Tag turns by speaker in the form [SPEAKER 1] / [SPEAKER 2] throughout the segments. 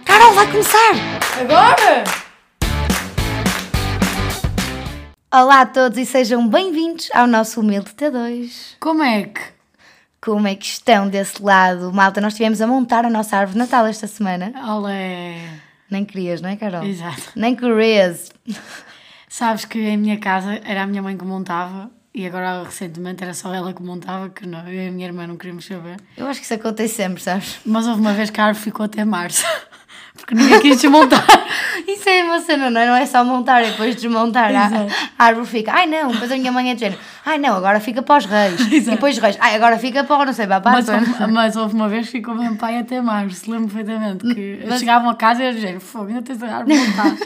[SPEAKER 1] Então vai começar!
[SPEAKER 2] Agora?
[SPEAKER 1] Olá a todos e sejam bem-vindos ao nosso humilde T2.
[SPEAKER 2] Como é que?
[SPEAKER 1] Como é que estão desse lado? Malta, nós estivemos a montar a nossa árvore de Natal esta semana.
[SPEAKER 2] Olé!
[SPEAKER 1] Nem querias, não é, Carol?
[SPEAKER 2] é? Exato.
[SPEAKER 1] Nem querias.
[SPEAKER 2] Sabes que em minha casa era a minha mãe que montava e agora recentemente era só ela que montava, que não, eu e a minha irmã não queríamos saber.
[SPEAKER 1] Eu acho que isso acontece sempre, sabes?
[SPEAKER 2] Mas houve uma vez que a árvore ficou até março. Porque ninguém quis desmontar.
[SPEAKER 1] Isso é uma cena, não é? Não é só montar e depois desmontar. A,
[SPEAKER 2] Exato.
[SPEAKER 1] a árvore fica, ai não, depois a minha mãe é de género, ai não, agora fica para os reis. E
[SPEAKER 2] Exato.
[SPEAKER 1] depois os reis, ai agora fica para o não sei, babá.
[SPEAKER 2] Mas houve, mas houve uma vez que ficou bem pai até março, lembro perfeitamente. Que
[SPEAKER 1] Mas-
[SPEAKER 2] chegavam a casa e era do género, fogo, ainda tens a árvore montada.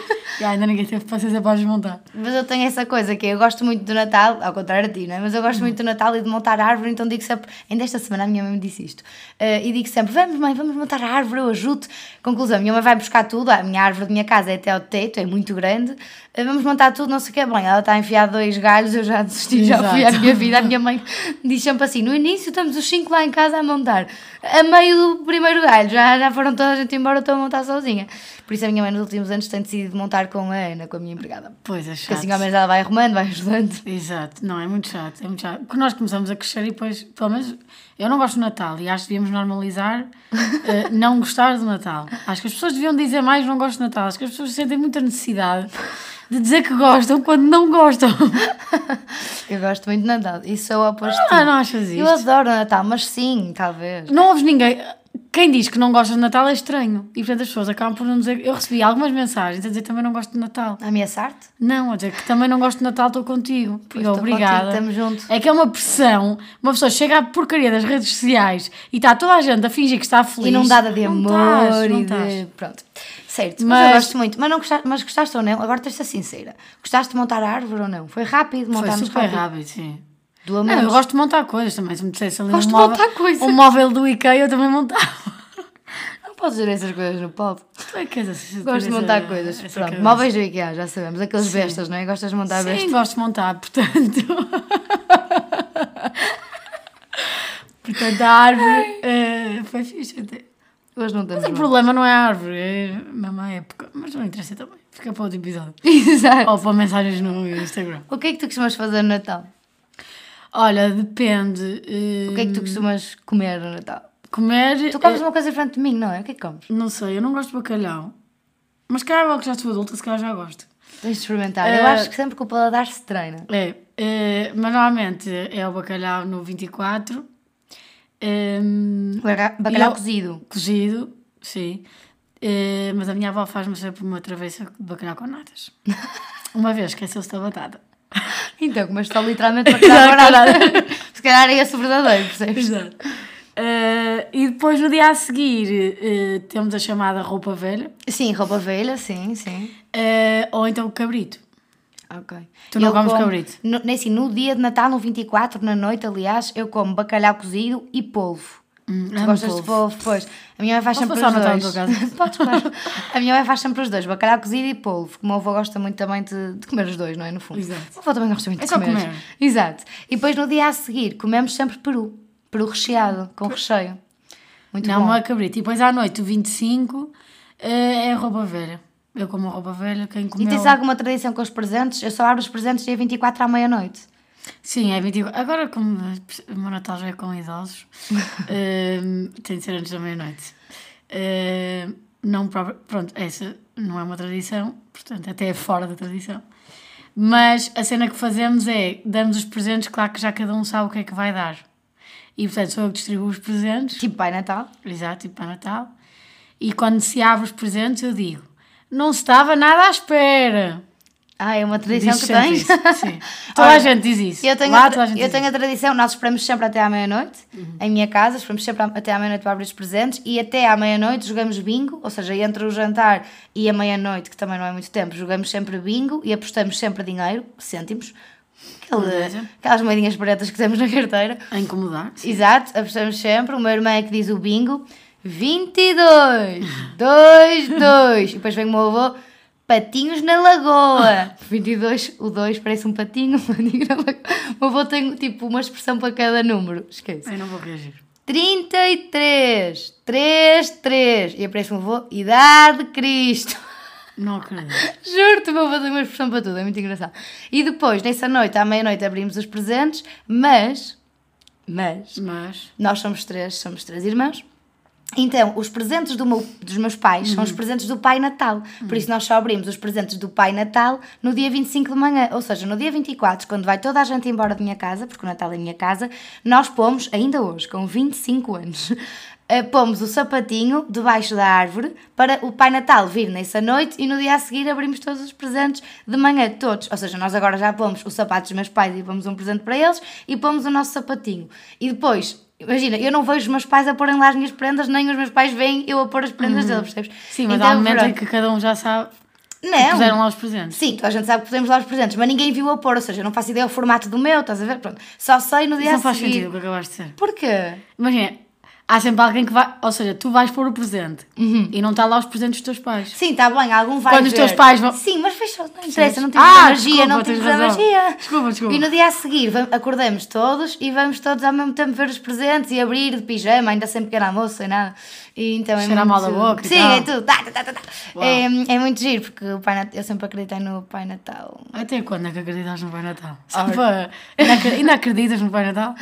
[SPEAKER 2] e ainda ninguém teve paciência para desmontar.
[SPEAKER 1] Mas eu tenho essa coisa que é, eu gosto muito do Natal, ao contrário de ti, não é? Mas eu gosto muito do Natal e de montar a árvore, então digo sempre. Ainda esta semana a minha mãe me disse isto. eh, e digo sempre: vamos, mãe, vamos montar a árvore, eu ajudo. Conclusão: a minha mãe vai buscar tudo, a minha árvore da minha casa é até ao teto, é muito grande. eh, vamos montar tudo, não sei o que é. Bem, ela está a enfiar dois galhos, eu já desisti, já fui à
[SPEAKER 2] Exato.
[SPEAKER 1] minha vida. A minha mãe diz sempre assim: no início estamos os cinco lá em casa a montar, a meio do primeiro galho, já, já foram toda a gente embora, eu estou a montar sozinha. Por isso a minha mãe nos últimos anos tem decidido montar com a Ana, com a minha empregada.
[SPEAKER 2] Pois é,
[SPEAKER 1] Porque
[SPEAKER 2] chato.
[SPEAKER 1] assim ao menos ela vai arrumando, vai ajudando.
[SPEAKER 2] Exato, não, é muito chato, é muito chato. Porque nós começamos a crescer e depois, pelo menos, eu não gosto do Natal e acho que devíamos normalizar eh, não gostar do Natal. Acho que as pessoas deviam dizer mais não gosto do Natal, acho que as pessoas sentem muita necessidade de dizer que gostam quando não gostam.
[SPEAKER 1] Eu gosto muito de Natal. E sou oposto.
[SPEAKER 2] Ah, não achas
[SPEAKER 1] Eu
[SPEAKER 2] isto?
[SPEAKER 1] adoro o Natal, mas sim, talvez.
[SPEAKER 2] Não ouves ninguém. Quem diz que não gosta de Natal é estranho. E portanto as pessoas acabam por não dizer. Eu recebi algumas mensagens a dizer também não gosto de Natal.
[SPEAKER 1] Ameaçar-te?
[SPEAKER 2] Não, a dizer que também não gosto de Natal, estou contigo. E eu,
[SPEAKER 1] estou
[SPEAKER 2] obrigada.
[SPEAKER 1] contigo, estamos juntos.
[SPEAKER 2] É que é uma pressão. Uma pessoa chega à porcaria das redes sociais e está toda a gente a fingir que está feliz.
[SPEAKER 1] Inundada de
[SPEAKER 2] Não
[SPEAKER 1] amor
[SPEAKER 2] estás, não
[SPEAKER 1] e
[SPEAKER 2] estás.
[SPEAKER 1] de. Pronto. Certo, mas, eu
[SPEAKER 2] Mas-
[SPEAKER 1] gosto muito. Mas, não gostaste, mas gostaste ou não? Agora tens de ser sincera. Gostaste de montar a árvore ou não? Foi rápido,
[SPEAKER 2] Foi
[SPEAKER 1] montámos
[SPEAKER 2] super rápido, sim.
[SPEAKER 1] Do
[SPEAKER 2] Não,
[SPEAKER 1] amor.
[SPEAKER 2] eu gosto de montar coisas também. Se me dissesse ali
[SPEAKER 1] Gosto
[SPEAKER 2] um
[SPEAKER 1] de
[SPEAKER 2] móvel,
[SPEAKER 1] montar coisas.
[SPEAKER 2] um móvel do IKEA, eu também montava.
[SPEAKER 1] Não podes dizer essas coisas no pop.
[SPEAKER 2] Tu é que és assim,
[SPEAKER 1] Gosto de
[SPEAKER 2] essa-
[SPEAKER 1] montar coisas.
[SPEAKER 2] essa
[SPEAKER 1] Pronto,
[SPEAKER 2] cabeça.
[SPEAKER 1] móveis do IKEA, já sabemos. Aqueles bestas, não é? Gostas de montar bestas?
[SPEAKER 2] Sim, gosto de montar, portanto. portanto, a árvore eh, foi fixe até.
[SPEAKER 1] Hoje não temos.
[SPEAKER 2] Mas
[SPEAKER 1] nada.
[SPEAKER 2] o problema não é a árvore, é mesmo a época. Mas não interessa também. Fica para outro episódio.
[SPEAKER 1] Exato.
[SPEAKER 2] Ou para mensagens no Instagram.
[SPEAKER 1] O que é que tu costumas fazer no Natal?
[SPEAKER 2] Olha, depende. eh,
[SPEAKER 1] O que é que tu costumas comer no Natal?
[SPEAKER 2] Comer.
[SPEAKER 1] Tu comes
[SPEAKER 2] eh,
[SPEAKER 1] uma coisa em frente de mim, não é? O que é que comes?
[SPEAKER 2] não sei, eu não gosto de bacalhau. Mas cá agora que já estou adulta, se calhar já gosto.
[SPEAKER 1] Tens de experimentar. Eu
[SPEAKER 2] Eh,
[SPEAKER 1] acho que sempre que o paladar se treina.
[SPEAKER 2] É, eh, mas normalmente é o bacalhau no 24. ehm,
[SPEAKER 1] Baca- Bacalhau
[SPEAKER 2] eu-
[SPEAKER 1] cozido.
[SPEAKER 2] cozido, sim. Eh, mas a minha avó faz-me sempre uma travessa de bacalhau com natas. Uma vez, esqueceu-se da batata.
[SPEAKER 1] Então, mas só literalmente bacalhau
[SPEAKER 2] Exato,
[SPEAKER 1] barato. se calhar é esse o verdadeiro, percebes?
[SPEAKER 2] Exato. Eh, e depois no dia a seguir eh, temos a chamada roupa velha
[SPEAKER 1] Sim, roupa velha, sim, sim.
[SPEAKER 2] eh, ou então o cabrito.
[SPEAKER 1] Ok.
[SPEAKER 2] Tu não
[SPEAKER 1] Eu
[SPEAKER 2] comes
[SPEAKER 1] como-
[SPEAKER 2] cabrito?
[SPEAKER 1] No, nem assim, no dia de Natal, no 24, na noite, aliás, eu como bacalhau cozido e polvo. Tu
[SPEAKER 2] Hum, amo
[SPEAKER 1] gostas de
[SPEAKER 2] polvo.
[SPEAKER 1] polvo, pois. A minha mãe faz
[SPEAKER 2] Posso
[SPEAKER 1] sempre
[SPEAKER 2] passar o Natal
[SPEAKER 1] os
[SPEAKER 2] na
[SPEAKER 1] dois. Podes, claro. A minha mãe faz sempre os dois, bacalhau cozido e polvo. Como a avó gosta muito também de, de comer os dois, não é? No fundo.
[SPEAKER 2] Exato.
[SPEAKER 1] A avó também gosta muito
[SPEAKER 2] É
[SPEAKER 1] de
[SPEAKER 2] só
[SPEAKER 1] comer.
[SPEAKER 2] comer.
[SPEAKER 1] Exato. E depois no dia a seguir comemos sempre peru. Peru recheado, com recheio. Muito
[SPEAKER 2] Não,
[SPEAKER 1] bom.
[SPEAKER 2] não é cabrito. E depois à noite, o 25, eh, é a roupa velha. Eu como a roupa velha, quem
[SPEAKER 1] E
[SPEAKER 2] comeu...
[SPEAKER 1] tens alguma tradição com os presentes? Eu só abro os presentes dia 24 à meia-noite.
[SPEAKER 2] Sim, é 24. Agora, como o meu Natal já é com idosos, ehm, tem de ser antes da meia-noite. Ehm, não próprio- Pronto, essa não é uma tradição, portanto, até é fora da tradição. Mas a cena que fazemos é, damos os presentes, claro que já cada um sabe o que é que vai dar. E, portanto, sou eu que distribuo os presentes,
[SPEAKER 1] Tipo Pai Natal.
[SPEAKER 2] exato, e para Natal. E quando se abre os presentes, eu digo, não se estava nada à espera.
[SPEAKER 1] Ah, é uma tradição
[SPEAKER 2] Diz
[SPEAKER 1] que
[SPEAKER 2] sempre
[SPEAKER 1] tens?
[SPEAKER 2] isso, Sim. Toda a
[SPEAKER 1] Olha,
[SPEAKER 2] gente diz isso.
[SPEAKER 1] Eu tenho,
[SPEAKER 2] Lá
[SPEAKER 1] a,
[SPEAKER 2] toda
[SPEAKER 1] tra-
[SPEAKER 2] a gente
[SPEAKER 1] eu
[SPEAKER 2] diz Uhum.
[SPEAKER 1] tenho a tradição, nós esperamos sempre até à meia-noite, em minha casa, esperamos sempre a- até à meia-noite para abrir os presentes e até à meia-noite jogamos bingo, ou seja, entre o jantar e a meia-noite, que também não é muito tempo, jogamos sempre bingo e apostamos sempre dinheiro, cêntimos, aquele-
[SPEAKER 2] Verdade.
[SPEAKER 1] aquelas moedinhas baratas que temos na carteira.
[SPEAKER 2] A incomodar?
[SPEAKER 1] Exato, apostamos sempre. O meu irmão é que diz o bingo: 22, 2, 2. E depois vem o meu avô: patinhos na lagoa. 22, o 2 parece um patinho, um patinho na lagoa. O meu avô tem tipo uma expressão para cada número. Esquece.
[SPEAKER 2] Eu não vou reagir.
[SPEAKER 1] 33, 3, 3. E aparece um avô, idade de Cristo.
[SPEAKER 2] Não acredito.
[SPEAKER 1] Juro-te, vou fazer uma expressão para tudo, é muito engraçado. E depois, nessa noite, à meia-noite, abrimos os presentes, mas. Mas.
[SPEAKER 2] Mas.
[SPEAKER 1] Nós somos três, somos três irmãos. Então, os presentes do meu- dos meus pais são os presentes do Pai Natal. Por isso, nós só abrimos os presentes do Pai Natal no dia 25 de manhã. Ou seja, no dia 24, quando vai toda a gente embora da minha casa, porque o Natal é minha casa, nós pomos, ainda hoje, com 25 anos, eh, pomos o sapatinho debaixo da árvore para o Pai Natal vir nessa noite e no dia a seguir abrimos todos os presentes de manhã, todos. Ou seja, nós agora já pomos os sapatos dos meus pais e pomos um presente para eles e pomos o nosso sapatinho. E depois. Imagina, eu não vejo os meus pais a porem lá as minhas prendas, nem os meus pais veem eu a pôr as prendas deles, percebes?
[SPEAKER 2] Uhum.
[SPEAKER 1] Então,
[SPEAKER 2] Sim, mas há um momento em que cada um já sabe
[SPEAKER 1] que
[SPEAKER 2] que puseram lá os presentes.
[SPEAKER 1] Sim, toda a gente sabe que pusemos lá os presentes, mas ninguém viu a pôr, ou seja, eu não faço ideia do formato do meu, estás a ver? Pronto, só sei no dia
[SPEAKER 2] Isso não
[SPEAKER 1] a
[SPEAKER 2] faz
[SPEAKER 1] seguir.
[SPEAKER 2] sentido o que acabaste de dizer.
[SPEAKER 1] Porquê?
[SPEAKER 2] Imagina, há sempre alguém que vai. Ou seja, tu vais pôr o presente
[SPEAKER 1] Uhum.
[SPEAKER 2] e não está lá os presentes dos teus pais.
[SPEAKER 1] Sim, está bem, algum vai
[SPEAKER 2] Quando os
[SPEAKER 1] ver.
[SPEAKER 2] teus pais vão-
[SPEAKER 1] Sim, mas fez só, não interessa, não tens
[SPEAKER 2] Ah,
[SPEAKER 1] a magia,
[SPEAKER 2] desculpa,
[SPEAKER 1] não tens
[SPEAKER 2] tens
[SPEAKER 1] a
[SPEAKER 2] razão.
[SPEAKER 1] magia.
[SPEAKER 2] Desculpa, desculpa.
[SPEAKER 1] E no dia a seguir vam- acordamos todos e vamos todos ao mesmo tempo ver os presentes e abrir de pijama, ainda sem pequeno almoço, sem nada. E então é
[SPEAKER 2] Cheira
[SPEAKER 1] muito...
[SPEAKER 2] mal da boca e
[SPEAKER 1] Sim,
[SPEAKER 2] tal.
[SPEAKER 1] é tudo. Tá, tá, tá, tá, tá.
[SPEAKER 2] Uau.
[SPEAKER 1] É, é muito giro, porque o Pai Natal, eu sempre acreditei no Pai Natal.
[SPEAKER 2] Até quando é que acreditas no Pai Natal?
[SPEAKER 1] Ora.
[SPEAKER 2] Só para- ainda, acre- ainda acreditas no Pai Natal?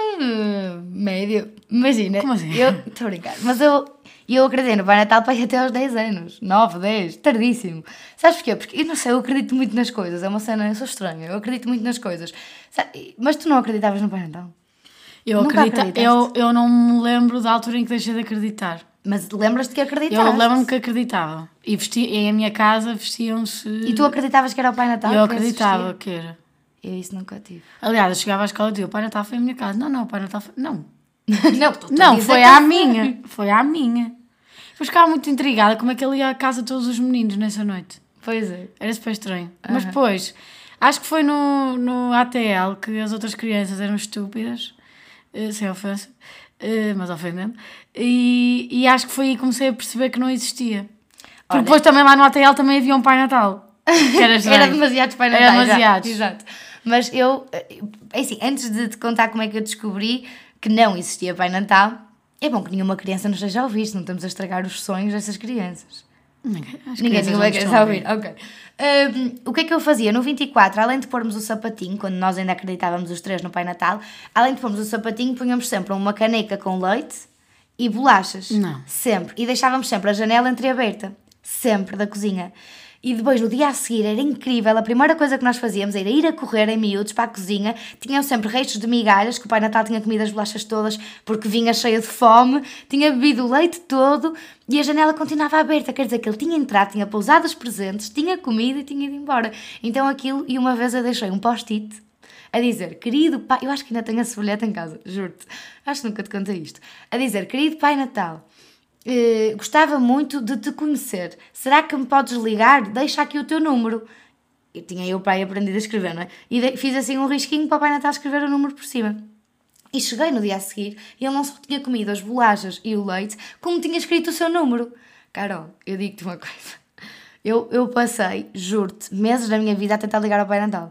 [SPEAKER 1] Hum, médio. Imagina.
[SPEAKER 2] Como assim?
[SPEAKER 1] Eu, estou a brincar. Mas eu, eu acreditei no Pai Natal para ir até aos 10 anos. 9, 10. Tardíssimo. Sabes porquê? Porque eu não sei, eu acredito muito nas coisas. É uma cena, eu sou estranha. Eu acredito muito nas coisas. Sa- Mas tu não acreditavas no Pai Natal?
[SPEAKER 2] Eu,
[SPEAKER 1] Nunca
[SPEAKER 2] acredito,
[SPEAKER 1] acreditaste.
[SPEAKER 2] eu, eu não me lembro da altura em que deixei de acreditar.
[SPEAKER 1] Mas lembras-te que acreditavas?
[SPEAKER 2] Eu lembro-me que acreditava. E vesti, em a minha casa vestiam-se.
[SPEAKER 1] E tu acreditavas que era o Pai Natal?
[SPEAKER 2] eu
[SPEAKER 1] que esse
[SPEAKER 2] acreditava
[SPEAKER 1] vestido?
[SPEAKER 2] que era.
[SPEAKER 1] Eu isso nunca tive.
[SPEAKER 2] Aliás, eu chegava à escola e dizia: o Pai Natal foi à minha casa. Não, não, o Pai Natal foi. Não.
[SPEAKER 1] não, tô- tô a
[SPEAKER 2] Não,
[SPEAKER 1] dizer
[SPEAKER 2] foi
[SPEAKER 1] é que-
[SPEAKER 2] à minha. Foi à minha. Depois ficava muito intrigada como é que ele ia à casa de todos os meninos nessa noite.
[SPEAKER 1] Pois é.
[SPEAKER 2] Era super estranho. Mas depois, acho que foi no, no ATL que as outras crianças eram estúpidas, eh, sem ofensa, eh, mas ofendendo. E, e acho que foi aí que comecei a perceber que não existia. Porque
[SPEAKER 1] Olha.
[SPEAKER 2] depois também lá no ATL também havia um Pai Natal. Que era estranho.
[SPEAKER 1] Era demasiados Pai Natal.
[SPEAKER 2] Era demasiados.
[SPEAKER 1] Exato. Mas eu, eh, é assim, antes de te contar como é que eu descobri que não existia Pai Natal, é bom que nenhuma criança nos esteja a ouvir, se não estamos a estragar os sonhos dessas crianças.
[SPEAKER 2] Ninguém, as
[SPEAKER 1] Ninguém
[SPEAKER 2] crianças
[SPEAKER 1] tinha
[SPEAKER 2] não
[SPEAKER 1] uma
[SPEAKER 2] estão
[SPEAKER 1] criança a ouvir. Ok. Hum, o que é que eu fazia? No 24, além de pormos o sapatinho, quando nós ainda acreditávamos os três no Pai Natal, além de pormos o sapatinho, punhamos sempre uma caneca com leite e bolachas.
[SPEAKER 2] Não.
[SPEAKER 1] Sempre. E deixávamos sempre a janela entreaberta. Sempre da cozinha. E depois, no dia a seguir, era incrível. A primeira coisa que nós fazíamos era ir a correr em miúdos para a cozinha. Tinham sempre restos de migalhas, que o Pai Natal tinha comido as bolachas todas porque vinha cheia de fome, tinha bebido o leite todo e a janela continuava aberta. Quer dizer que ele tinha entrado, tinha pousado os presentes, tinha comido e tinha ido embora. Então aquilo, e uma vez eu deixei um post-it a dizer, querido pai, eu acho que ainda tenho esse folheto em casa, juro-te, acho que nunca te contei isto, a dizer, querido pai Natal, eh, gostava muito de te conhecer, será que me podes ligar? Deixa aqui o teu número. Eu tinha eu pai aprendido a escrever, não é? E de- fiz assim um risquinho para o pai Natal escrever o número por cima. E cheguei no dia a seguir e ele não só tinha comido as bolachas e o leite, como tinha escrito o seu número. Carol, eu digo-te uma coisa. Eu, eu passei, juro-te, meses da minha vida a tentar ligar ao Pai Natal.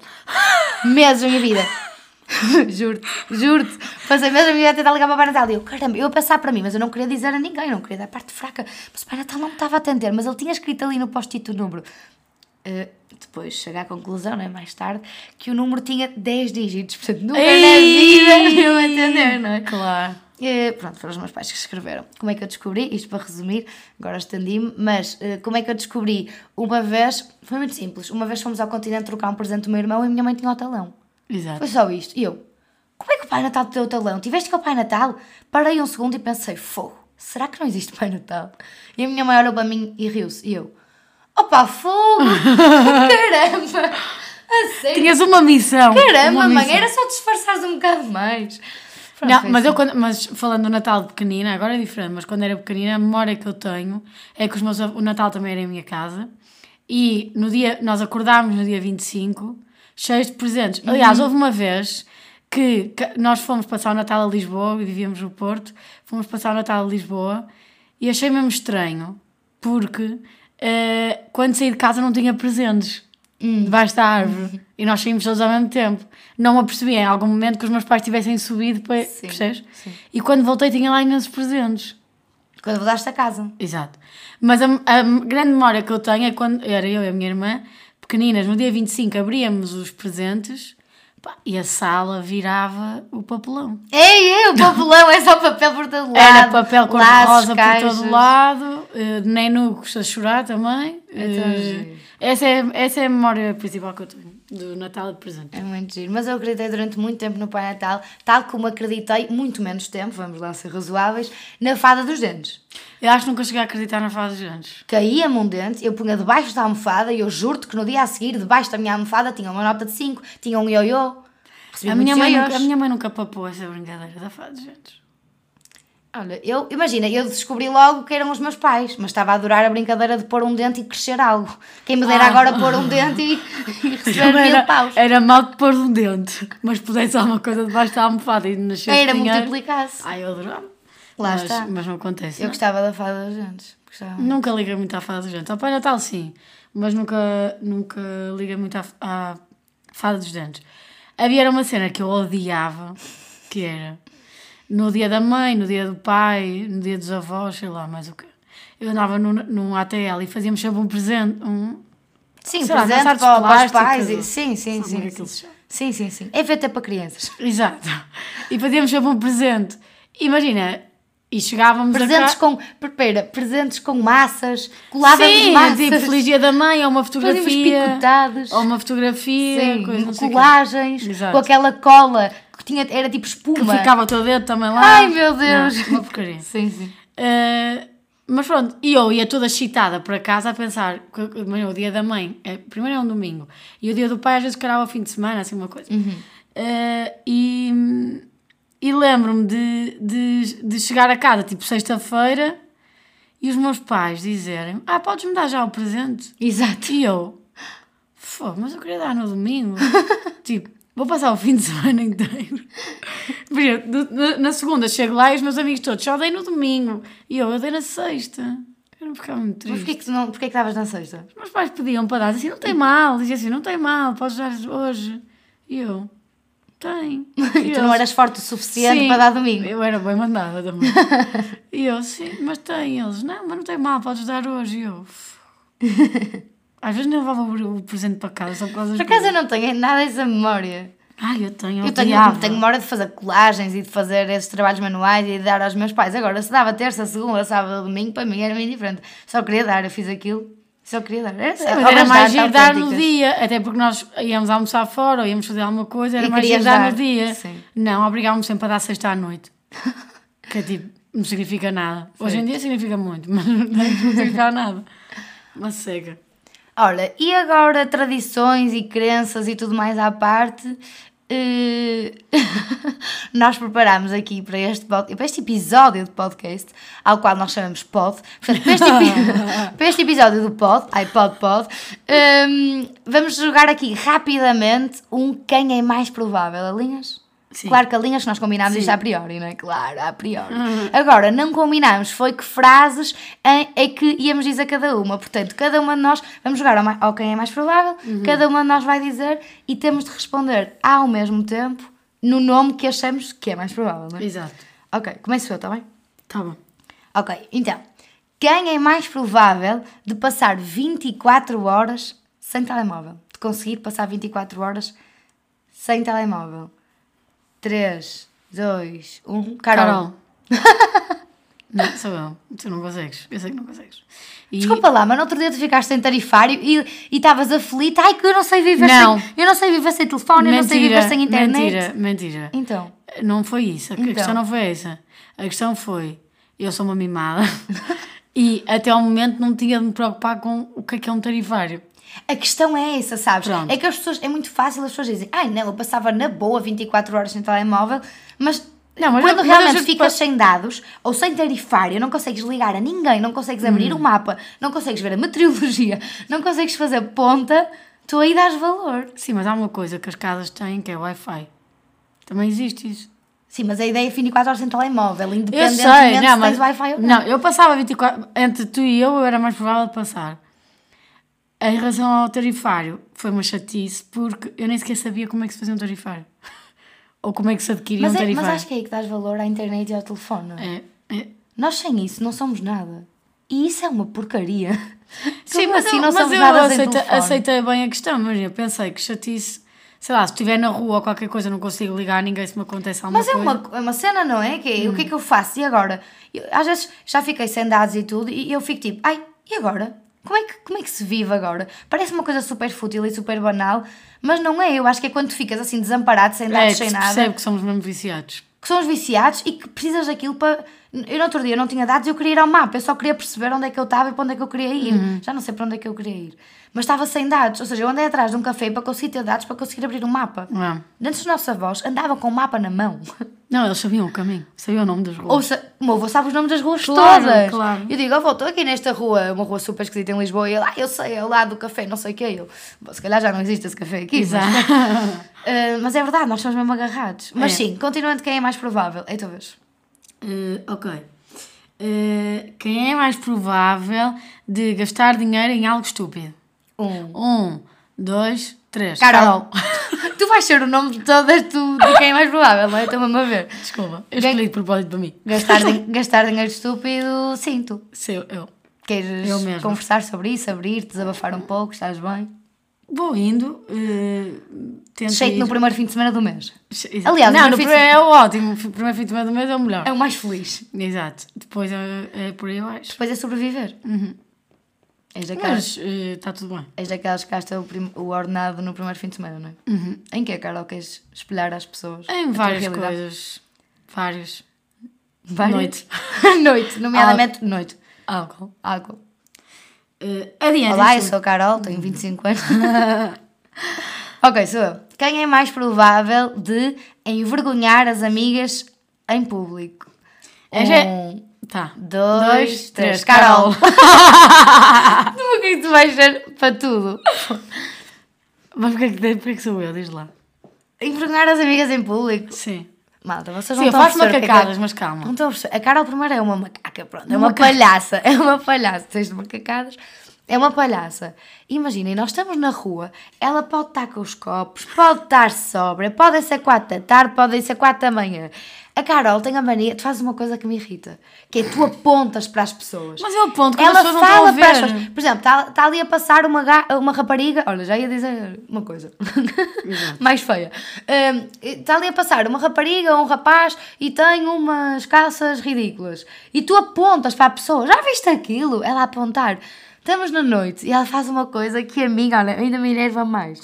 [SPEAKER 1] Meses da minha vida. juro-te, juro-te. Passei meses da minha vida a tentar ligar para o Pai Natal. E eu, caramba, eu a pensar para mim, mas eu não queria dizer a ninguém, não queria dar parte fraca. Mas o Pai Natal não me estava a atender, mas ele tinha escrito ali no post-it o número. Eh, depois chega à conclusão, né, mais tarde, que o número tinha 10 dígitos. Portanto, nunca na vida
[SPEAKER 2] Ei!
[SPEAKER 1] eu atender, não é?
[SPEAKER 2] Claro.
[SPEAKER 1] Eh, pronto, foram os meus pais que escreveram. Como é que eu descobri? Isto para resumir, agora estendi-me, mas eh, como é que eu descobri? Uma vez, foi muito simples, uma vez fomos ao continente trocar um presente do meu irmão e a minha mãe tinha o talão.
[SPEAKER 2] Exato.
[SPEAKER 1] Foi só isto. E eu, como é que o Pai Natal te deu o talão? Tiveste com o Pai Natal? Parei um segundo e pensei, fogo, será que não existe Pai Natal? E a minha mãe olhou para mim e riu-se. E eu, opa, fogo! Caramba! A sério?
[SPEAKER 2] Tinhas uma missão.
[SPEAKER 1] é. Caramba,
[SPEAKER 2] uma
[SPEAKER 1] mãe,
[SPEAKER 2] missão.
[SPEAKER 1] era só disfarçares um bocado mais. Pronto,
[SPEAKER 2] Não,
[SPEAKER 1] foi
[SPEAKER 2] mas,
[SPEAKER 1] assim.
[SPEAKER 2] eu Então, quando, mas falando do Natal de pequenina, agora é diferente, mas quando era pequenina, a memória que eu tenho é que os meus, av- o Natal também era em minha casa e no dia, nós acordámos no dia 25, cheios de presentes. Aliás, houve uma vez que, que nós fomos passar o Natal a Lisboa e vivíamos no Porto, fomos passar o Natal a Lisboa e achei mesmo estranho porque eh, quando saí de casa não tinha presentes. debaixo da árvore. E nós saímos todos ao mesmo tempo. Não me apercebi em algum momento que os meus pais tivessem subido para.
[SPEAKER 1] Sim,
[SPEAKER 2] Percebes?
[SPEAKER 1] sim.
[SPEAKER 2] E quando voltei tinha lá imensos presentes.
[SPEAKER 1] assim. Quando mudaste a casa.
[SPEAKER 2] Exato. Mas a, a grande memória que eu tenho é quando era eu e a minha irmã, pequeninas, no dia 25 abríamos os presentes pá, e a sala virava o papelão.
[SPEAKER 1] Ei, ei, o papelão é só papel por todo lado.
[SPEAKER 2] Era papel cor-de-rosa
[SPEAKER 1] laços,
[SPEAKER 2] por
[SPEAKER 1] caixas.
[SPEAKER 2] todo lado, eh, nem nucos a chorar também.
[SPEAKER 1] Então,
[SPEAKER 2] Eh,
[SPEAKER 1] giro.
[SPEAKER 2] essa, é, essa é a memória principal que eu tenho do Natal e de presente.
[SPEAKER 1] É muito giro, mas eu acreditei durante muito tempo no Pai Natal, tal como acreditei, muito menos tempo, vamos lá ser razoáveis, na fada dos dentes.
[SPEAKER 2] Eu acho que nunca cheguei a acreditar na fase de anos.
[SPEAKER 1] Caía-me um dente, eu punha debaixo da almofada e eu juro-te que no dia a seguir, debaixo da minha almofada, tinha uma nota de 5, tinha um ioiô. Recebi
[SPEAKER 2] A minha,
[SPEAKER 1] muitos
[SPEAKER 2] mãe
[SPEAKER 1] ioiôs.
[SPEAKER 2] nunca, a minha mãe nunca papou essa brincadeira da fase de anos.
[SPEAKER 1] Olha, eu, imagina, eu descobri logo que eram os meus pais, mas estava a adorar a brincadeira de pôr um dente e crescer algo. Quem me dera
[SPEAKER 2] Ah.
[SPEAKER 1] agora pôr um dente e, e receber mil
[SPEAKER 2] Era,
[SPEAKER 1] paus.
[SPEAKER 2] era mal de pôr um dente, mas pudesse alguma coisa debaixo da almofada e nascer
[SPEAKER 1] Era
[SPEAKER 2] dinheiro.
[SPEAKER 1] multiplicasse.
[SPEAKER 2] Ai, eu adorava.
[SPEAKER 1] Lá
[SPEAKER 2] mas,
[SPEAKER 1] está.
[SPEAKER 2] Mas não acontece.
[SPEAKER 1] Eu
[SPEAKER 2] não é?
[SPEAKER 1] gostava da fada dos dentes. Gostava.
[SPEAKER 2] Nunca liguei muito à fada dos dentes. Ao Pai Natal, sim, mas nunca, nunca liguei muito à, à fada dos dentes. Havia era uma cena que eu odiava, que era no dia da mãe, no dia do pai, no dia dos avós, sei lá, mais o quê. Eu andava num, num ATL e fazíamos sempre um presente, um,
[SPEAKER 1] Sim,
[SPEAKER 2] Sei lá,
[SPEAKER 1] presente
[SPEAKER 2] nas
[SPEAKER 1] para,
[SPEAKER 2] artes
[SPEAKER 1] para os
[SPEAKER 2] plásticas,
[SPEAKER 1] pais. e-
[SPEAKER 2] ou-
[SPEAKER 1] Sim, sim,
[SPEAKER 2] sabe como é
[SPEAKER 1] sim.
[SPEAKER 2] que aquilo se
[SPEAKER 1] Sim.
[SPEAKER 2] chama?
[SPEAKER 1] sim, sim, sim. É feito até para crianças.
[SPEAKER 2] Exato. E fazíamos sempre um presente. Imagina, e chegávamos
[SPEAKER 1] Presentes
[SPEAKER 2] a
[SPEAKER 1] com, pera, presentes com massas, colávamos
[SPEAKER 2] Sim,
[SPEAKER 1] massas,
[SPEAKER 2] tipo, feliz dia da mãe, ou uma
[SPEAKER 1] fazíamos
[SPEAKER 2] fotografia.
[SPEAKER 1] picotados,
[SPEAKER 2] Ou uma fotografia,
[SPEAKER 1] sim, um
[SPEAKER 2] coisa, assim. não sei o quê.
[SPEAKER 1] colagens,
[SPEAKER 2] Exato.
[SPEAKER 1] com aquela cola que tinha, era tipo espuma.
[SPEAKER 2] que ficava o teu dedo também lá.
[SPEAKER 1] Ai, meu Deus.
[SPEAKER 2] Não, uma porcaria.
[SPEAKER 1] Sim, sim.
[SPEAKER 2] Eh, mas pronto, e eu ia toda excitada para casa a pensar que que, amanhã é o dia da mãe, é, primeiro é um domingo, e o dia do pai às vezes calhava ao fim de semana, assim uma coisa. Eh, e e lembro-me de, de, de chegar a casa tipo sexta-feira e os meus pais dizerem: Ah, podes-me dar já o presente?
[SPEAKER 1] Exato.
[SPEAKER 2] E eu, "Fô, mas eu queria dar no domingo. tipo, vou passar o fim de semana inteiro. Por exemplo, do- na, na segunda chego lá e os meus amigos todos, só dei no domingo. E eu, eu dei na sexta. Eu não ficava muito
[SPEAKER 1] Mas
[SPEAKER 2] triste.
[SPEAKER 1] porquê que tu não, porquê que estavas na sexta?
[SPEAKER 2] Os meus pais pediam para dar, assim, não tem mal. Dizia assim, não tem mal, podes dar hoje. E eu, tem.
[SPEAKER 1] E tu não eras forte o suficiente
[SPEAKER 2] Sim,
[SPEAKER 1] para dar domingo.
[SPEAKER 2] Eu era bem mandada também. e eu, sim, mas tem. Eles, não, mas não tem mal, podes dar hoje. E eu, "F-". às vezes nem levava o o presente para casa só por causa
[SPEAKER 1] Por acaso eu não tenho nada essa memória.
[SPEAKER 2] Ai, eu tenho,
[SPEAKER 1] Eu tenho, tenho memória de fazer colagens e de fazer esses trabalhos manuais e de dar aos meus pais. Agora, se dava terça, segunda, sábado, domingo, para mim era meio diferente. Só queria dar, eu fiz aquilo, só queria dar. é Era,
[SPEAKER 2] Mas
[SPEAKER 1] obras
[SPEAKER 2] era
[SPEAKER 1] de
[SPEAKER 2] mais
[SPEAKER 1] arte
[SPEAKER 2] giro dar no
[SPEAKER 1] autênticas.
[SPEAKER 2] dia, até porque nós íamos almoçar fora ou íamos fazer alguma coisa, era
[SPEAKER 1] E
[SPEAKER 2] mais giro
[SPEAKER 1] querias
[SPEAKER 2] dar,
[SPEAKER 1] dar,
[SPEAKER 2] no dia.
[SPEAKER 1] sim.
[SPEAKER 2] Não, obrigávamos sempre a dar sexta à noite. Que é tipo, não significa nada. Hoje em dia significa muito, mas não significa nada. Uma cega.
[SPEAKER 1] Ora, e agora tradições e crenças e tudo mais à parte, eh, nós preparámos aqui para este, pod- para este episódio do podcast, ao qual nós chamamos Pod. Portanto, para este, epi- para este episódio do Pod, iPod Pod, ehm, vamos jogar aqui rapidamente um quem é mais provável, alinhas?
[SPEAKER 2] Sim.
[SPEAKER 1] Claro que alinhas que nós combinámos
[SPEAKER 2] Sim.
[SPEAKER 1] isto a priori, não é? Claro, a priori. Agora, não combinámos foi que frases em- é que íamos dizer cada uma. Portanto, cada uma de nós, vamos jogar ao, ma- ao quem é mais provável, cada uma de nós vai dizer e temos de responder ao mesmo tempo no nome que achamos que é mais provável, não é?
[SPEAKER 2] Exato.
[SPEAKER 1] Ok, começo eu, está bem?
[SPEAKER 2] Tá bom.
[SPEAKER 1] Ok, então, quem é mais provável de passar 24 horas sem telemóvel? De conseguir passar 24 horas sem telemóvel? 3, 2, 1. Carol.
[SPEAKER 2] Carol. não, sou eu. Tu não consegues. Eu sei que não consegues. E-
[SPEAKER 1] Desculpa lá, mas no outro dia tu ficaste sem tarifário e e estavas aflita. Ai, que eu não sei viver
[SPEAKER 2] Não.
[SPEAKER 1] sem. Eu não sei viver sem telefone, eu não sei viver sem internet.
[SPEAKER 2] Mentira, mentira.
[SPEAKER 1] Então,
[SPEAKER 2] Não foi isso. A que- a
[SPEAKER 1] Então.
[SPEAKER 2] questão não foi essa. A questão foi: eu sou uma mimada e até ao momento não tinha de me preocupar com o que é que é um tarifário.
[SPEAKER 1] a questão é essa, sabes?
[SPEAKER 2] Pronto.
[SPEAKER 1] É que as pessoas, é muito fácil as pessoas dizem, ai não, eu passava na boa 24 horas sem telemóvel, mas.
[SPEAKER 2] Não, mas eu-
[SPEAKER 1] quando
[SPEAKER 2] mas eu
[SPEAKER 1] realmente
[SPEAKER 2] juro que
[SPEAKER 1] ficas
[SPEAKER 2] pa-
[SPEAKER 1] sem dados ou sem tarifário, não consegues ligar a ninguém, não consegues
[SPEAKER 2] Hum.
[SPEAKER 1] abrir o mapa, não consegues ver a meteorologia, não consegues fazer ponta, tu aí dás valor.
[SPEAKER 2] Sim, mas há uma coisa que as casas têm que é Wi-Fi. Também existe isso.
[SPEAKER 1] Sim, mas a ideia é 24 horas sem telemóvel,
[SPEAKER 2] Eu
[SPEAKER 1] independentemente
[SPEAKER 2] sei, não,
[SPEAKER 1] se
[SPEAKER 2] mas.
[SPEAKER 1] tens Wi-Fi ou não.
[SPEAKER 2] Não, eu passava 24. Entre tu e eu, eu era mais provável de passar. Em relação ao tarifário, foi uma chatice, porque eu nem sequer sabia como é que se fazia um tarifário. Ou como é que se adquiria
[SPEAKER 1] Mas,
[SPEAKER 2] um
[SPEAKER 1] é- mas
[SPEAKER 2] tarifário.
[SPEAKER 1] acho que é aí que dás valor à internet e ao telefone. não é?
[SPEAKER 2] É, é.
[SPEAKER 1] Nós sem isso não somos nada. E isso é uma porcaria.
[SPEAKER 2] Sim,
[SPEAKER 1] Como
[SPEAKER 2] mas
[SPEAKER 1] assim
[SPEAKER 2] eu,
[SPEAKER 1] não
[SPEAKER 2] mas
[SPEAKER 1] somos
[SPEAKER 2] eu
[SPEAKER 1] nada sem
[SPEAKER 2] aceita-
[SPEAKER 1] telefone?
[SPEAKER 2] aceitei bem a questão, mas eu pensei que chatice. Sei lá, se estiver na rua ou qualquer coisa, não consigo ligar a ninguém se me acontece alguma
[SPEAKER 1] Mas é
[SPEAKER 2] coisa. Hum.
[SPEAKER 1] uma, é uma cena, não é? Que é, O que é que eu faço? E agora? Eu, às vezes já fiquei sem dados e tudo e eu fico tipo, ai, e agora? Como é, que, como é que se vive agora? Parece uma coisa super fútil e super banal, mas não é. Eu acho que é quando tu ficas assim desamparado, sem
[SPEAKER 2] É,
[SPEAKER 1] dados,
[SPEAKER 2] que
[SPEAKER 1] sem
[SPEAKER 2] se
[SPEAKER 1] nada,
[SPEAKER 2] percebe que somos mesmo viciados.
[SPEAKER 1] que são os viciados e que precisas daquilo para. Eu no outro dia não tinha dados, eu queria ir ao mapa, eu só queria perceber onde é que eu estava e para onde é que eu queria ir.
[SPEAKER 2] Uhum.
[SPEAKER 1] Já não sei para onde é que eu queria ir. Mas estava sem dados, ou seja, eu andei atrás de um café para conseguir ter dados, para conseguir abrir um mapa.
[SPEAKER 2] Não, é?
[SPEAKER 1] Antes dos nossos avós andavam com o mapa na mão.
[SPEAKER 2] não eles sabiam o caminho, sabiam o nome das ruas.
[SPEAKER 1] Ou se, o meu avô sabe os nomes das ruas
[SPEAKER 2] Claro,
[SPEAKER 1] todas.
[SPEAKER 2] claro.
[SPEAKER 1] Eu digo, avô, estou aqui nesta rua, uma rua super esquisita em Lisboa, e ele, ah, eu sei, é o lado do café, não sei o que é. Eu, "Bom, se calhar já não existe esse café aqui. Mas, Ah, mas é verdade, nós somos mesmo agarrados. Mas
[SPEAKER 2] É.
[SPEAKER 1] sim, continuando, quem é mais provável? É a tua vez.
[SPEAKER 2] Eh, ok. Eh, quem é mais provável de gastar dinheiro em algo estúpido?
[SPEAKER 1] Um.
[SPEAKER 2] Um, dois, três.
[SPEAKER 1] Carol. tu vais ser o nome de todas tu, de quem é mais provável, não é? Estou mesmo a ver.
[SPEAKER 2] Desculpa, eu escolhi de propósito para mim.
[SPEAKER 1] Gastar, din- gastar dinheiro estúpido, sim, tu.
[SPEAKER 2] Seu, eu.
[SPEAKER 1] Queres
[SPEAKER 2] Eu mesma.
[SPEAKER 1] conversar sobre isso, abrir, desabafar um pouco, estás bem?
[SPEAKER 2] Vou indo. eh, tento
[SPEAKER 1] Cheio
[SPEAKER 2] ir.
[SPEAKER 1] no primeiro fim de semana do mês.
[SPEAKER 2] Che-
[SPEAKER 1] Aliás,
[SPEAKER 2] não,
[SPEAKER 1] o
[SPEAKER 2] no
[SPEAKER 1] benefício-
[SPEAKER 2] primeiro é o ótimo. O primeiro fim de semana do mês é o melhor.
[SPEAKER 1] É o mais feliz.
[SPEAKER 2] Exato. Depois é, é por aí abaixo.
[SPEAKER 1] Depois é sobreviver. És, daquelas,
[SPEAKER 2] Mas está tudo bem.
[SPEAKER 1] és daquelas que gasta o, prim- o ordenado no primeiro fim de semana, não é? Em que é, Carol? Queres espelhar às pessoas? é a
[SPEAKER 2] Uhum.
[SPEAKER 1] tua
[SPEAKER 2] Em várias
[SPEAKER 1] realidade?
[SPEAKER 2] coisas. Várias.
[SPEAKER 1] Várias?
[SPEAKER 2] Noite.
[SPEAKER 1] noite, nomeadamente noite.
[SPEAKER 2] Álcool.
[SPEAKER 1] Álcool.
[SPEAKER 2] Eh, adiante.
[SPEAKER 1] Olá, eu
[SPEAKER 2] então.
[SPEAKER 1] sou a Carol, tenho 25 anos. ok, sou eu. Quem é mais provável de envergonhar as amigas em público?
[SPEAKER 2] É já-
[SPEAKER 1] Um,
[SPEAKER 2] Tá.
[SPEAKER 1] dois,
[SPEAKER 2] Dois,
[SPEAKER 1] três.
[SPEAKER 2] três.
[SPEAKER 1] Carol!
[SPEAKER 2] Carol.
[SPEAKER 1] Tu o que é que tu vais ser para tudo?
[SPEAKER 2] Mas porquê é que, porquê que sou eu? Diz lá.
[SPEAKER 1] Envergonhar as amigas em público.
[SPEAKER 2] Sim.
[SPEAKER 1] Malta, vocês não
[SPEAKER 2] Sim, eu
[SPEAKER 1] estão a
[SPEAKER 2] faço
[SPEAKER 1] perceber o que é que
[SPEAKER 2] macacadas,
[SPEAKER 1] eu-
[SPEAKER 2] mas calma.
[SPEAKER 1] Não estão a perceber. A Carol primeiro é uma macaca, pronto. É uma palhaça. É uma palhaça. Tens de macacadas. É uma palhaça. Imaginem, nós estamos na rua, ela pode estar com os copos, pode estar sobra, podem ser quatro da tarde, podem ser quatro da manhã. A Carol tem a mania, tu fazes uma coisa que me irrita, que é tu apontas para as pessoas.
[SPEAKER 2] Mas é eu aponto, quando
[SPEAKER 1] Ela
[SPEAKER 2] as pessoas não
[SPEAKER 1] fala
[SPEAKER 2] estão a
[SPEAKER 1] para as
[SPEAKER 2] ver.
[SPEAKER 1] pessoas. Por exemplo, está está ali a passar uma, ga- uma rapariga. Olha, já ia dizer uma coisa. Mais feia. Hum, Está ali a passar uma rapariga ou um rapaz e tem umas calças ridículas. E tu apontas para a pessoa. Já viste aquilo? Ela a apontar. Estamos na noite e ela faz uma coisa que a mim, olha, ainda me enerva mais.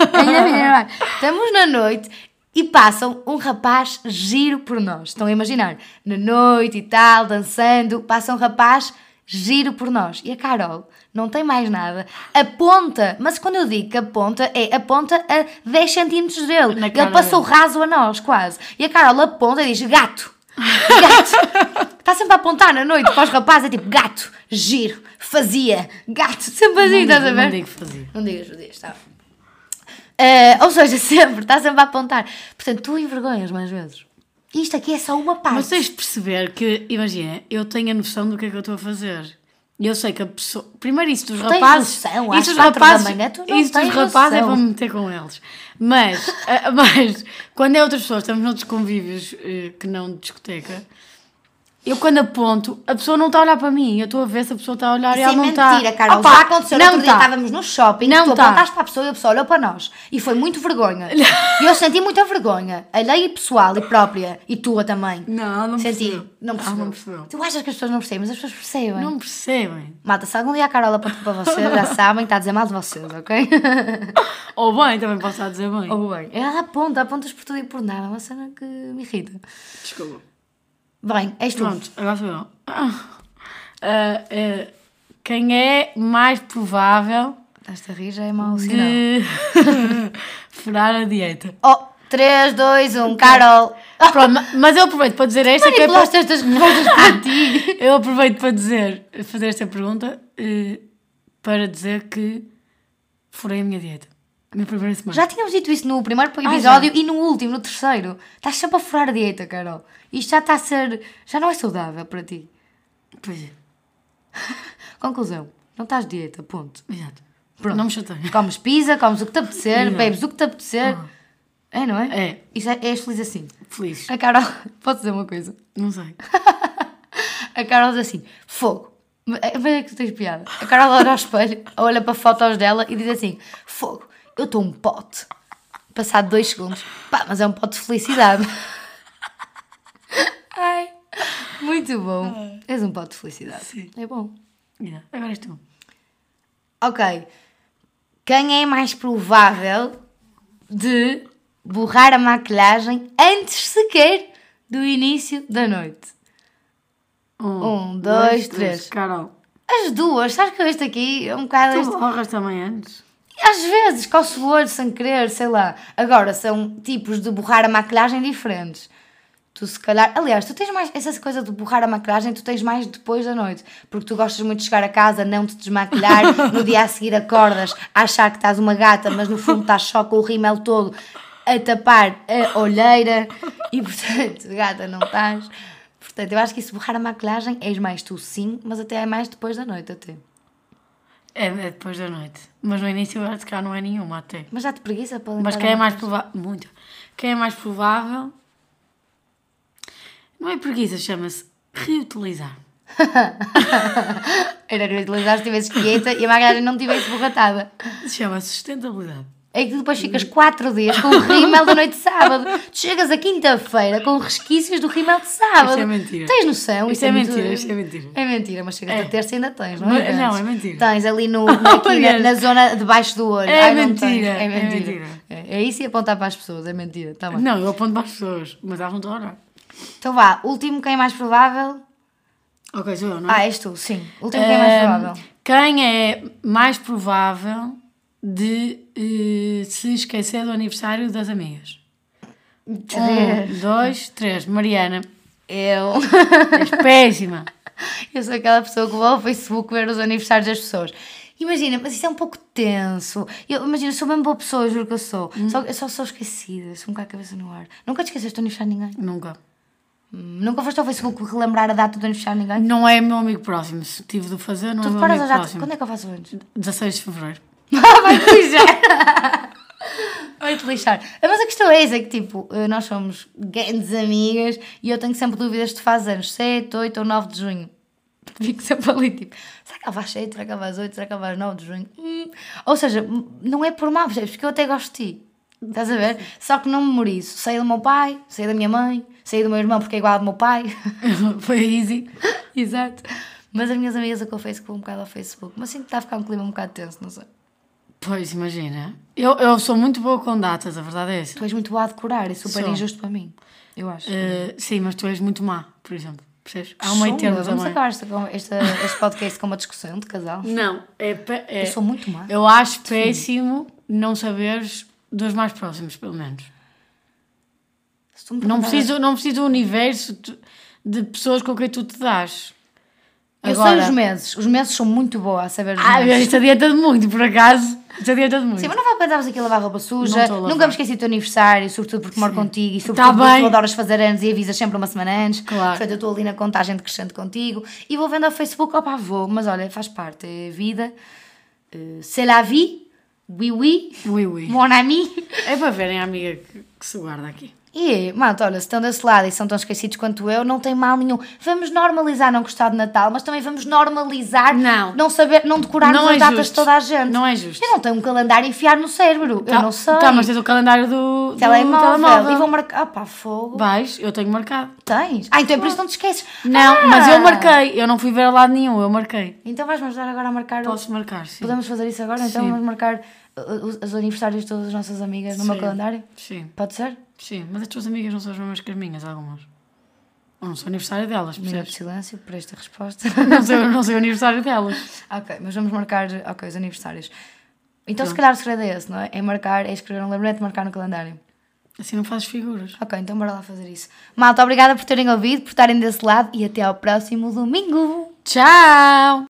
[SPEAKER 1] Ainda me enerva mais. Estamos na noite e passam um rapaz giro por nós. Estão a imaginar? Na noite e tal, dançando, passa um rapaz giro por nós. E a Carol não tem mais nada. Aponta, mas quando eu digo que aponta, é aponta a 10 centímetros dele.
[SPEAKER 2] Na
[SPEAKER 1] Ele
[SPEAKER 2] cara
[SPEAKER 1] passou raso a nós, quase. E a Carol aponta e diz: gato! Gato! Está sempre a apontar na noite para os rapazes, é tipo gato, giro, fazia, gato, sempre assim, estás a
[SPEAKER 2] Não
[SPEAKER 1] ver?
[SPEAKER 2] digo fazer.
[SPEAKER 1] Não digas judias, está. bem. Eh, ou seja, sempre, está sempre a apontar. Portanto, tu envergonhas mais vezes. Isto aqui é só uma parte.
[SPEAKER 2] Mas tens de perceber que, imagina, eu tenho a noção do que é que eu estou a fazer. E eu sei que a pessoa. Primeiro, isso dos
[SPEAKER 1] tens
[SPEAKER 2] rapazes.
[SPEAKER 1] noção, às
[SPEAKER 2] isso dos
[SPEAKER 1] quatro da
[SPEAKER 2] rapazes.
[SPEAKER 1] manhã tu não
[SPEAKER 2] isso dos
[SPEAKER 1] tens
[SPEAKER 2] rapazes é
[SPEAKER 1] noção.
[SPEAKER 2] para me meter com eles. Mas, ah, mas quando é outras pessoas, estamos noutros convívios eh, que não de discoteca. Eu quando aponto, a pessoa não está a olhar para mim. Eu estou a ver se a pessoa está a olhar e
[SPEAKER 1] Isso
[SPEAKER 2] ela
[SPEAKER 1] é
[SPEAKER 2] não está.
[SPEAKER 1] mentira, Carol.
[SPEAKER 2] Opa,
[SPEAKER 1] Já aconteceu. Não
[SPEAKER 2] não
[SPEAKER 1] outro dia
[SPEAKER 2] tá.
[SPEAKER 1] estávamos no shopping,
[SPEAKER 2] Não
[SPEAKER 1] tu
[SPEAKER 2] tá.
[SPEAKER 1] apontaste para a pessoa e a pessoa olhou para nós. E foi muito vergonha. E eu senti muita vergonha, alheia e pessoal e própria, e tua também.
[SPEAKER 2] Não, não
[SPEAKER 1] senti.
[SPEAKER 2] percebeu.
[SPEAKER 1] Não
[SPEAKER 2] Ah,
[SPEAKER 1] percebeu.
[SPEAKER 2] não percebeu.
[SPEAKER 1] Tu achas que as pessoas não percebem, mas as pessoas percebem.
[SPEAKER 2] Não percebem.
[SPEAKER 1] Mata, se algum dia a Carol aponta para vocês, já sabem, está a dizer mal de vocês, ok?
[SPEAKER 2] Ou bem, também posso estar a dizer bem.
[SPEAKER 1] Ou bem, ela aponta, apontas por tudo e por nada, é uma cena que me irrita.
[SPEAKER 2] Desculpa.
[SPEAKER 1] Bem, és tu.
[SPEAKER 2] Pronto, agora sou eu. Ah, eh, quem é mais provável
[SPEAKER 1] Estás-te a rir, já é mau sinal.
[SPEAKER 2] de furar a dieta? Ah,
[SPEAKER 1] Oh, 3, 2, 1, Carol!
[SPEAKER 2] Pronto, ma- mas eu aproveito para dizer esta que é para...
[SPEAKER 1] Manipulaste estas respostas para ti!
[SPEAKER 2] Eu aproveito para dizer, fazer esta pergunta eh, para dizer que furei a minha dieta. Na primeira semana.
[SPEAKER 1] Já tínhamos dito isso no primeiro episódio
[SPEAKER 2] já.
[SPEAKER 1] e no último, no terceiro. Estás sempre a furar a dieta, Carol. Isto já está a ser. já não é saudável para ti.
[SPEAKER 2] Pois é,
[SPEAKER 1] Conclusão: não estás de dieta, ponto.
[SPEAKER 2] exato.
[SPEAKER 1] Pronto.
[SPEAKER 2] Não me chatei.
[SPEAKER 1] Comes pizza, comes o que te apetecer,
[SPEAKER 2] Yeah.
[SPEAKER 1] bebes o que te apetecer. É, não é?
[SPEAKER 2] Ah. É,
[SPEAKER 1] Isto é, és feliz assim.
[SPEAKER 2] feliz.
[SPEAKER 1] A Carol, posso dizer uma coisa?
[SPEAKER 2] Não sei.
[SPEAKER 1] A Carol diz assim: fogo. Mas é que tu tens piada. A Carol olha ao espelho, olha para fotos dela e diz assim: fogo, eu estou um pote. Passado dois segundos, pá, mas é um pote de felicidade. Ai, muito bom. És um pote de felicidade.
[SPEAKER 2] É. Sim.
[SPEAKER 1] É bom.
[SPEAKER 2] Yeah. Agora és tu.
[SPEAKER 1] Ok. Quem é mais provável de borrar a maquilhagem antes sequer do início da noite? Um, dois, três.
[SPEAKER 2] Carol,
[SPEAKER 1] As duas, sabes que este aqui é um bocado.
[SPEAKER 2] tu
[SPEAKER 1] Este...
[SPEAKER 2] borras também antes?
[SPEAKER 1] Às vezes coço o olho sem querer, sei lá. Agora são tipos de borrar a maquilhagem diferentes. Tu se calhar. Aliás, tu tens mais. Essa coisa de borrar a maquilhagem, tu tens mais depois da noite. Porque tu gostas muito de chegar a casa, não te desmaquilhar, no dia a seguir acordas, a achar que estás uma gata, mas no fundo estás só com o rímel todo a tapar a olheira e portanto, gata, não estás. Portanto, eu acho que isso de borrar a maquilhagem és mais tu sim, mas até é mais depois da noite até.
[SPEAKER 2] É, é depois da noite. Mas no início, eu acho que cá não é nenhuma até.
[SPEAKER 1] Mas já te preguiça para
[SPEAKER 2] Mas
[SPEAKER 1] limpar
[SPEAKER 2] quem
[SPEAKER 1] a
[SPEAKER 2] é mais provável. Muito. Quem é mais provável. Não é preguiça, chama-se reutilizar.
[SPEAKER 1] Era reutilizar se estivesse quieta e a maquilhagem não estivesse borratada.
[SPEAKER 2] Chama-se sustentabilidade.
[SPEAKER 1] É que tu depois ficas 4 dias com o rímel da noite de sábado. Tu chegas à quinta-feira com resquícios do rímel de sábado.
[SPEAKER 2] Isto é mentira.
[SPEAKER 1] Tens noção?
[SPEAKER 2] Isto
[SPEAKER 1] Isto
[SPEAKER 2] é
[SPEAKER 1] muito-
[SPEAKER 2] mentira, isto é mentira.
[SPEAKER 1] É mentira, mas chegas
[SPEAKER 2] É.
[SPEAKER 1] a terça e ainda tens, não
[SPEAKER 2] Mas-
[SPEAKER 1] é?
[SPEAKER 2] não,
[SPEAKER 1] Antes.
[SPEAKER 2] é mentira.
[SPEAKER 1] Tens ali no, aqui na,
[SPEAKER 2] Aliás.
[SPEAKER 1] na zona debaixo do olho.
[SPEAKER 2] É
[SPEAKER 1] Ai, não
[SPEAKER 2] mentira,
[SPEAKER 1] tens. É
[SPEAKER 2] é
[SPEAKER 1] mentira.
[SPEAKER 2] mentira.
[SPEAKER 1] É, é isso e apontar para as pessoas, é mentira. Tá bem.
[SPEAKER 2] Não, eu aponto para as pessoas, mas elas não estão a olhar.
[SPEAKER 1] Então vá, último quem é mais provável?
[SPEAKER 2] Ok, sou eu, não é?
[SPEAKER 1] Ah, és tu, sim. Último quem é mais
[SPEAKER 2] Ahm,
[SPEAKER 1] provável?
[SPEAKER 2] Quem é mais provável de eh, se esquecer do aniversário das amigas? Um, dois, três. Mariana,
[SPEAKER 1] Eu.
[SPEAKER 2] és péssima.
[SPEAKER 1] Eu sou aquela pessoa que vou ao Facebook ver os aniversários das pessoas. Imagina, mas isso é um pouco tenso. Eu, imagina, eu sou mesmo boa pessoa, eu juro que eu sou.
[SPEAKER 2] Hum.
[SPEAKER 1] Só, eu só sou esquecida, sou um bocado a cabeça no ar. Nunca te esqueceste do aniversário de ninguém?
[SPEAKER 2] Nunca.
[SPEAKER 1] Hum, Nunca foste ao Facebook relembrar a data do aniversário de ninguém?
[SPEAKER 2] Não é meu amigo próximo. Se tive de o fazer, não
[SPEAKER 1] Tu
[SPEAKER 2] é meu
[SPEAKER 1] deparas
[SPEAKER 2] amigo
[SPEAKER 1] a data.
[SPEAKER 2] próximo.
[SPEAKER 1] Quando é que eu faço anos?
[SPEAKER 2] 16 de fevereiro.
[SPEAKER 1] Vai-te lixar! Vai-te lixar. Mas a questão é essa, é que tipo, eh, nós somos grandes amigas e eu tenho sempre dúvidas se tu fazes anos 7, 8 ou 9 de junho. Fico sempre ali tipo, será que ela faz 7, será que ela faz 8, será que ela faz 9 de junho? Hum. Ou seja, m- não é por mal, percebes? Porque eu até gosto de ti. Estás a ver? Só que não memorizo. Sei do meu pai, sei da minha mãe, sei do meu irmão porque é igual ao do meu pai.
[SPEAKER 2] Foi easy.
[SPEAKER 1] Exato. Mas as minhas amigas eu confesso que vou um bocado ao Facebook. Mas sinto que está a ficar um clima um bocado tenso, não sei.
[SPEAKER 2] Pois, imagina. Eu, eu sou muito boa com datas, a verdade é essa.
[SPEAKER 1] Tu és muito boa a decorar, é super
[SPEAKER 2] Sou.
[SPEAKER 1] injusto para mim. Eu acho.
[SPEAKER 2] Eh, sim, mas tu és muito má, por exemplo. Percebes? Há um meio
[SPEAKER 1] Chunga,
[SPEAKER 2] termo
[SPEAKER 1] Vamos
[SPEAKER 2] também.
[SPEAKER 1] acabar este, esta- este podcast com uma discussão de casal.
[SPEAKER 2] Não, é, pe- é-
[SPEAKER 1] Eu sou muito má.
[SPEAKER 2] Eu acho péssimo não saberes dos mais próximos, pelo menos.
[SPEAKER 1] Se tu me
[SPEAKER 2] Não
[SPEAKER 1] perguntares-
[SPEAKER 2] preciso, não preciso do universo de- de pessoas com quem tu te dás.
[SPEAKER 1] Eu
[SPEAKER 2] Agora-
[SPEAKER 1] sei os meses. Os meses são muito boa a saber os
[SPEAKER 2] Ah,
[SPEAKER 1] meses.
[SPEAKER 2] isto adianta de muito, por acaso. Isto adianta de muito.
[SPEAKER 1] Sim, mas não vale para darmos aqui a lavar roupa suja.
[SPEAKER 2] Não tô a
[SPEAKER 1] Nunca
[SPEAKER 2] lavar.
[SPEAKER 1] me esqueci do teu aniversário, sobretudo porque moro contigo e sobretudo
[SPEAKER 2] Tá
[SPEAKER 1] porque
[SPEAKER 2] bem.
[SPEAKER 1] tu adoras fazer anos e avisas sempre uma semana antes.
[SPEAKER 2] Claro.
[SPEAKER 1] Portanto, eu estou ali na contagem decrescente contigo e vou vendo ao Facebook, opá, vou, mas olha, faz parte, é vida. Eh, C'est la vie, oui, oui,
[SPEAKER 2] Ui, ui.
[SPEAKER 1] mon ami.
[SPEAKER 2] É para verem a amiga que, que se guarda aqui.
[SPEAKER 1] E, mano, olha, se estão desse lado e são tão esquecidos quanto eu, não tem mal nenhum. Vamos normalizar não gostar de Natal, mas também vamos normalizar
[SPEAKER 2] Não.
[SPEAKER 1] saber, não decorarmos
[SPEAKER 2] Não
[SPEAKER 1] as
[SPEAKER 2] é
[SPEAKER 1] datas de
[SPEAKER 2] justo.
[SPEAKER 1] toda a gente.
[SPEAKER 2] Não é justo.
[SPEAKER 1] Eu não tenho um calendário a enfiar no cérebro. eu
[SPEAKER 2] Tá-
[SPEAKER 1] não sei.
[SPEAKER 2] Tá, mas tens o calendário do, do
[SPEAKER 1] telemóvel.
[SPEAKER 2] telemóvel.
[SPEAKER 1] E vão marcar. Ah, pá, fogo.
[SPEAKER 2] Vais, eu tenho marcado.
[SPEAKER 1] Tens. Ah, então é por isso que não te esqueces.
[SPEAKER 2] Não,
[SPEAKER 1] Ah!
[SPEAKER 2] mas eu marquei. Eu não fui ver a lado nenhum, eu marquei.
[SPEAKER 1] Então vais-me ajudar agora a marcar. o-
[SPEAKER 2] Posso marcar, sim.
[SPEAKER 1] Podemos fazer isso agora? Então
[SPEAKER 2] Sim.
[SPEAKER 1] vamos marcar uh, os, os aniversários de todas as nossas amigas no meu
[SPEAKER 2] Sim.
[SPEAKER 1] calendário?
[SPEAKER 2] Sim,
[SPEAKER 1] Pode ser?
[SPEAKER 2] sim. Mas as tuas amigas não são as mesmas que as minhas, algumas. Ou não sou aniversário delas,
[SPEAKER 1] Um Minuto de
[SPEAKER 2] percebes?
[SPEAKER 1] silêncio por esta resposta.
[SPEAKER 2] não, sei, não sei o aniversário delas.
[SPEAKER 1] Ok, mas vamos marcar ok, os aniversários. Então, se calhar o segredo é esse, não é? É marcar, é escrever um lembrete, marcar no calendário.
[SPEAKER 2] Assim não fazes figuras.
[SPEAKER 1] Ok, então bora lá fazer isso. Malta, obrigada por terem ouvido, por estarem desse lado e até ao próximo domingo!
[SPEAKER 2] Tchau!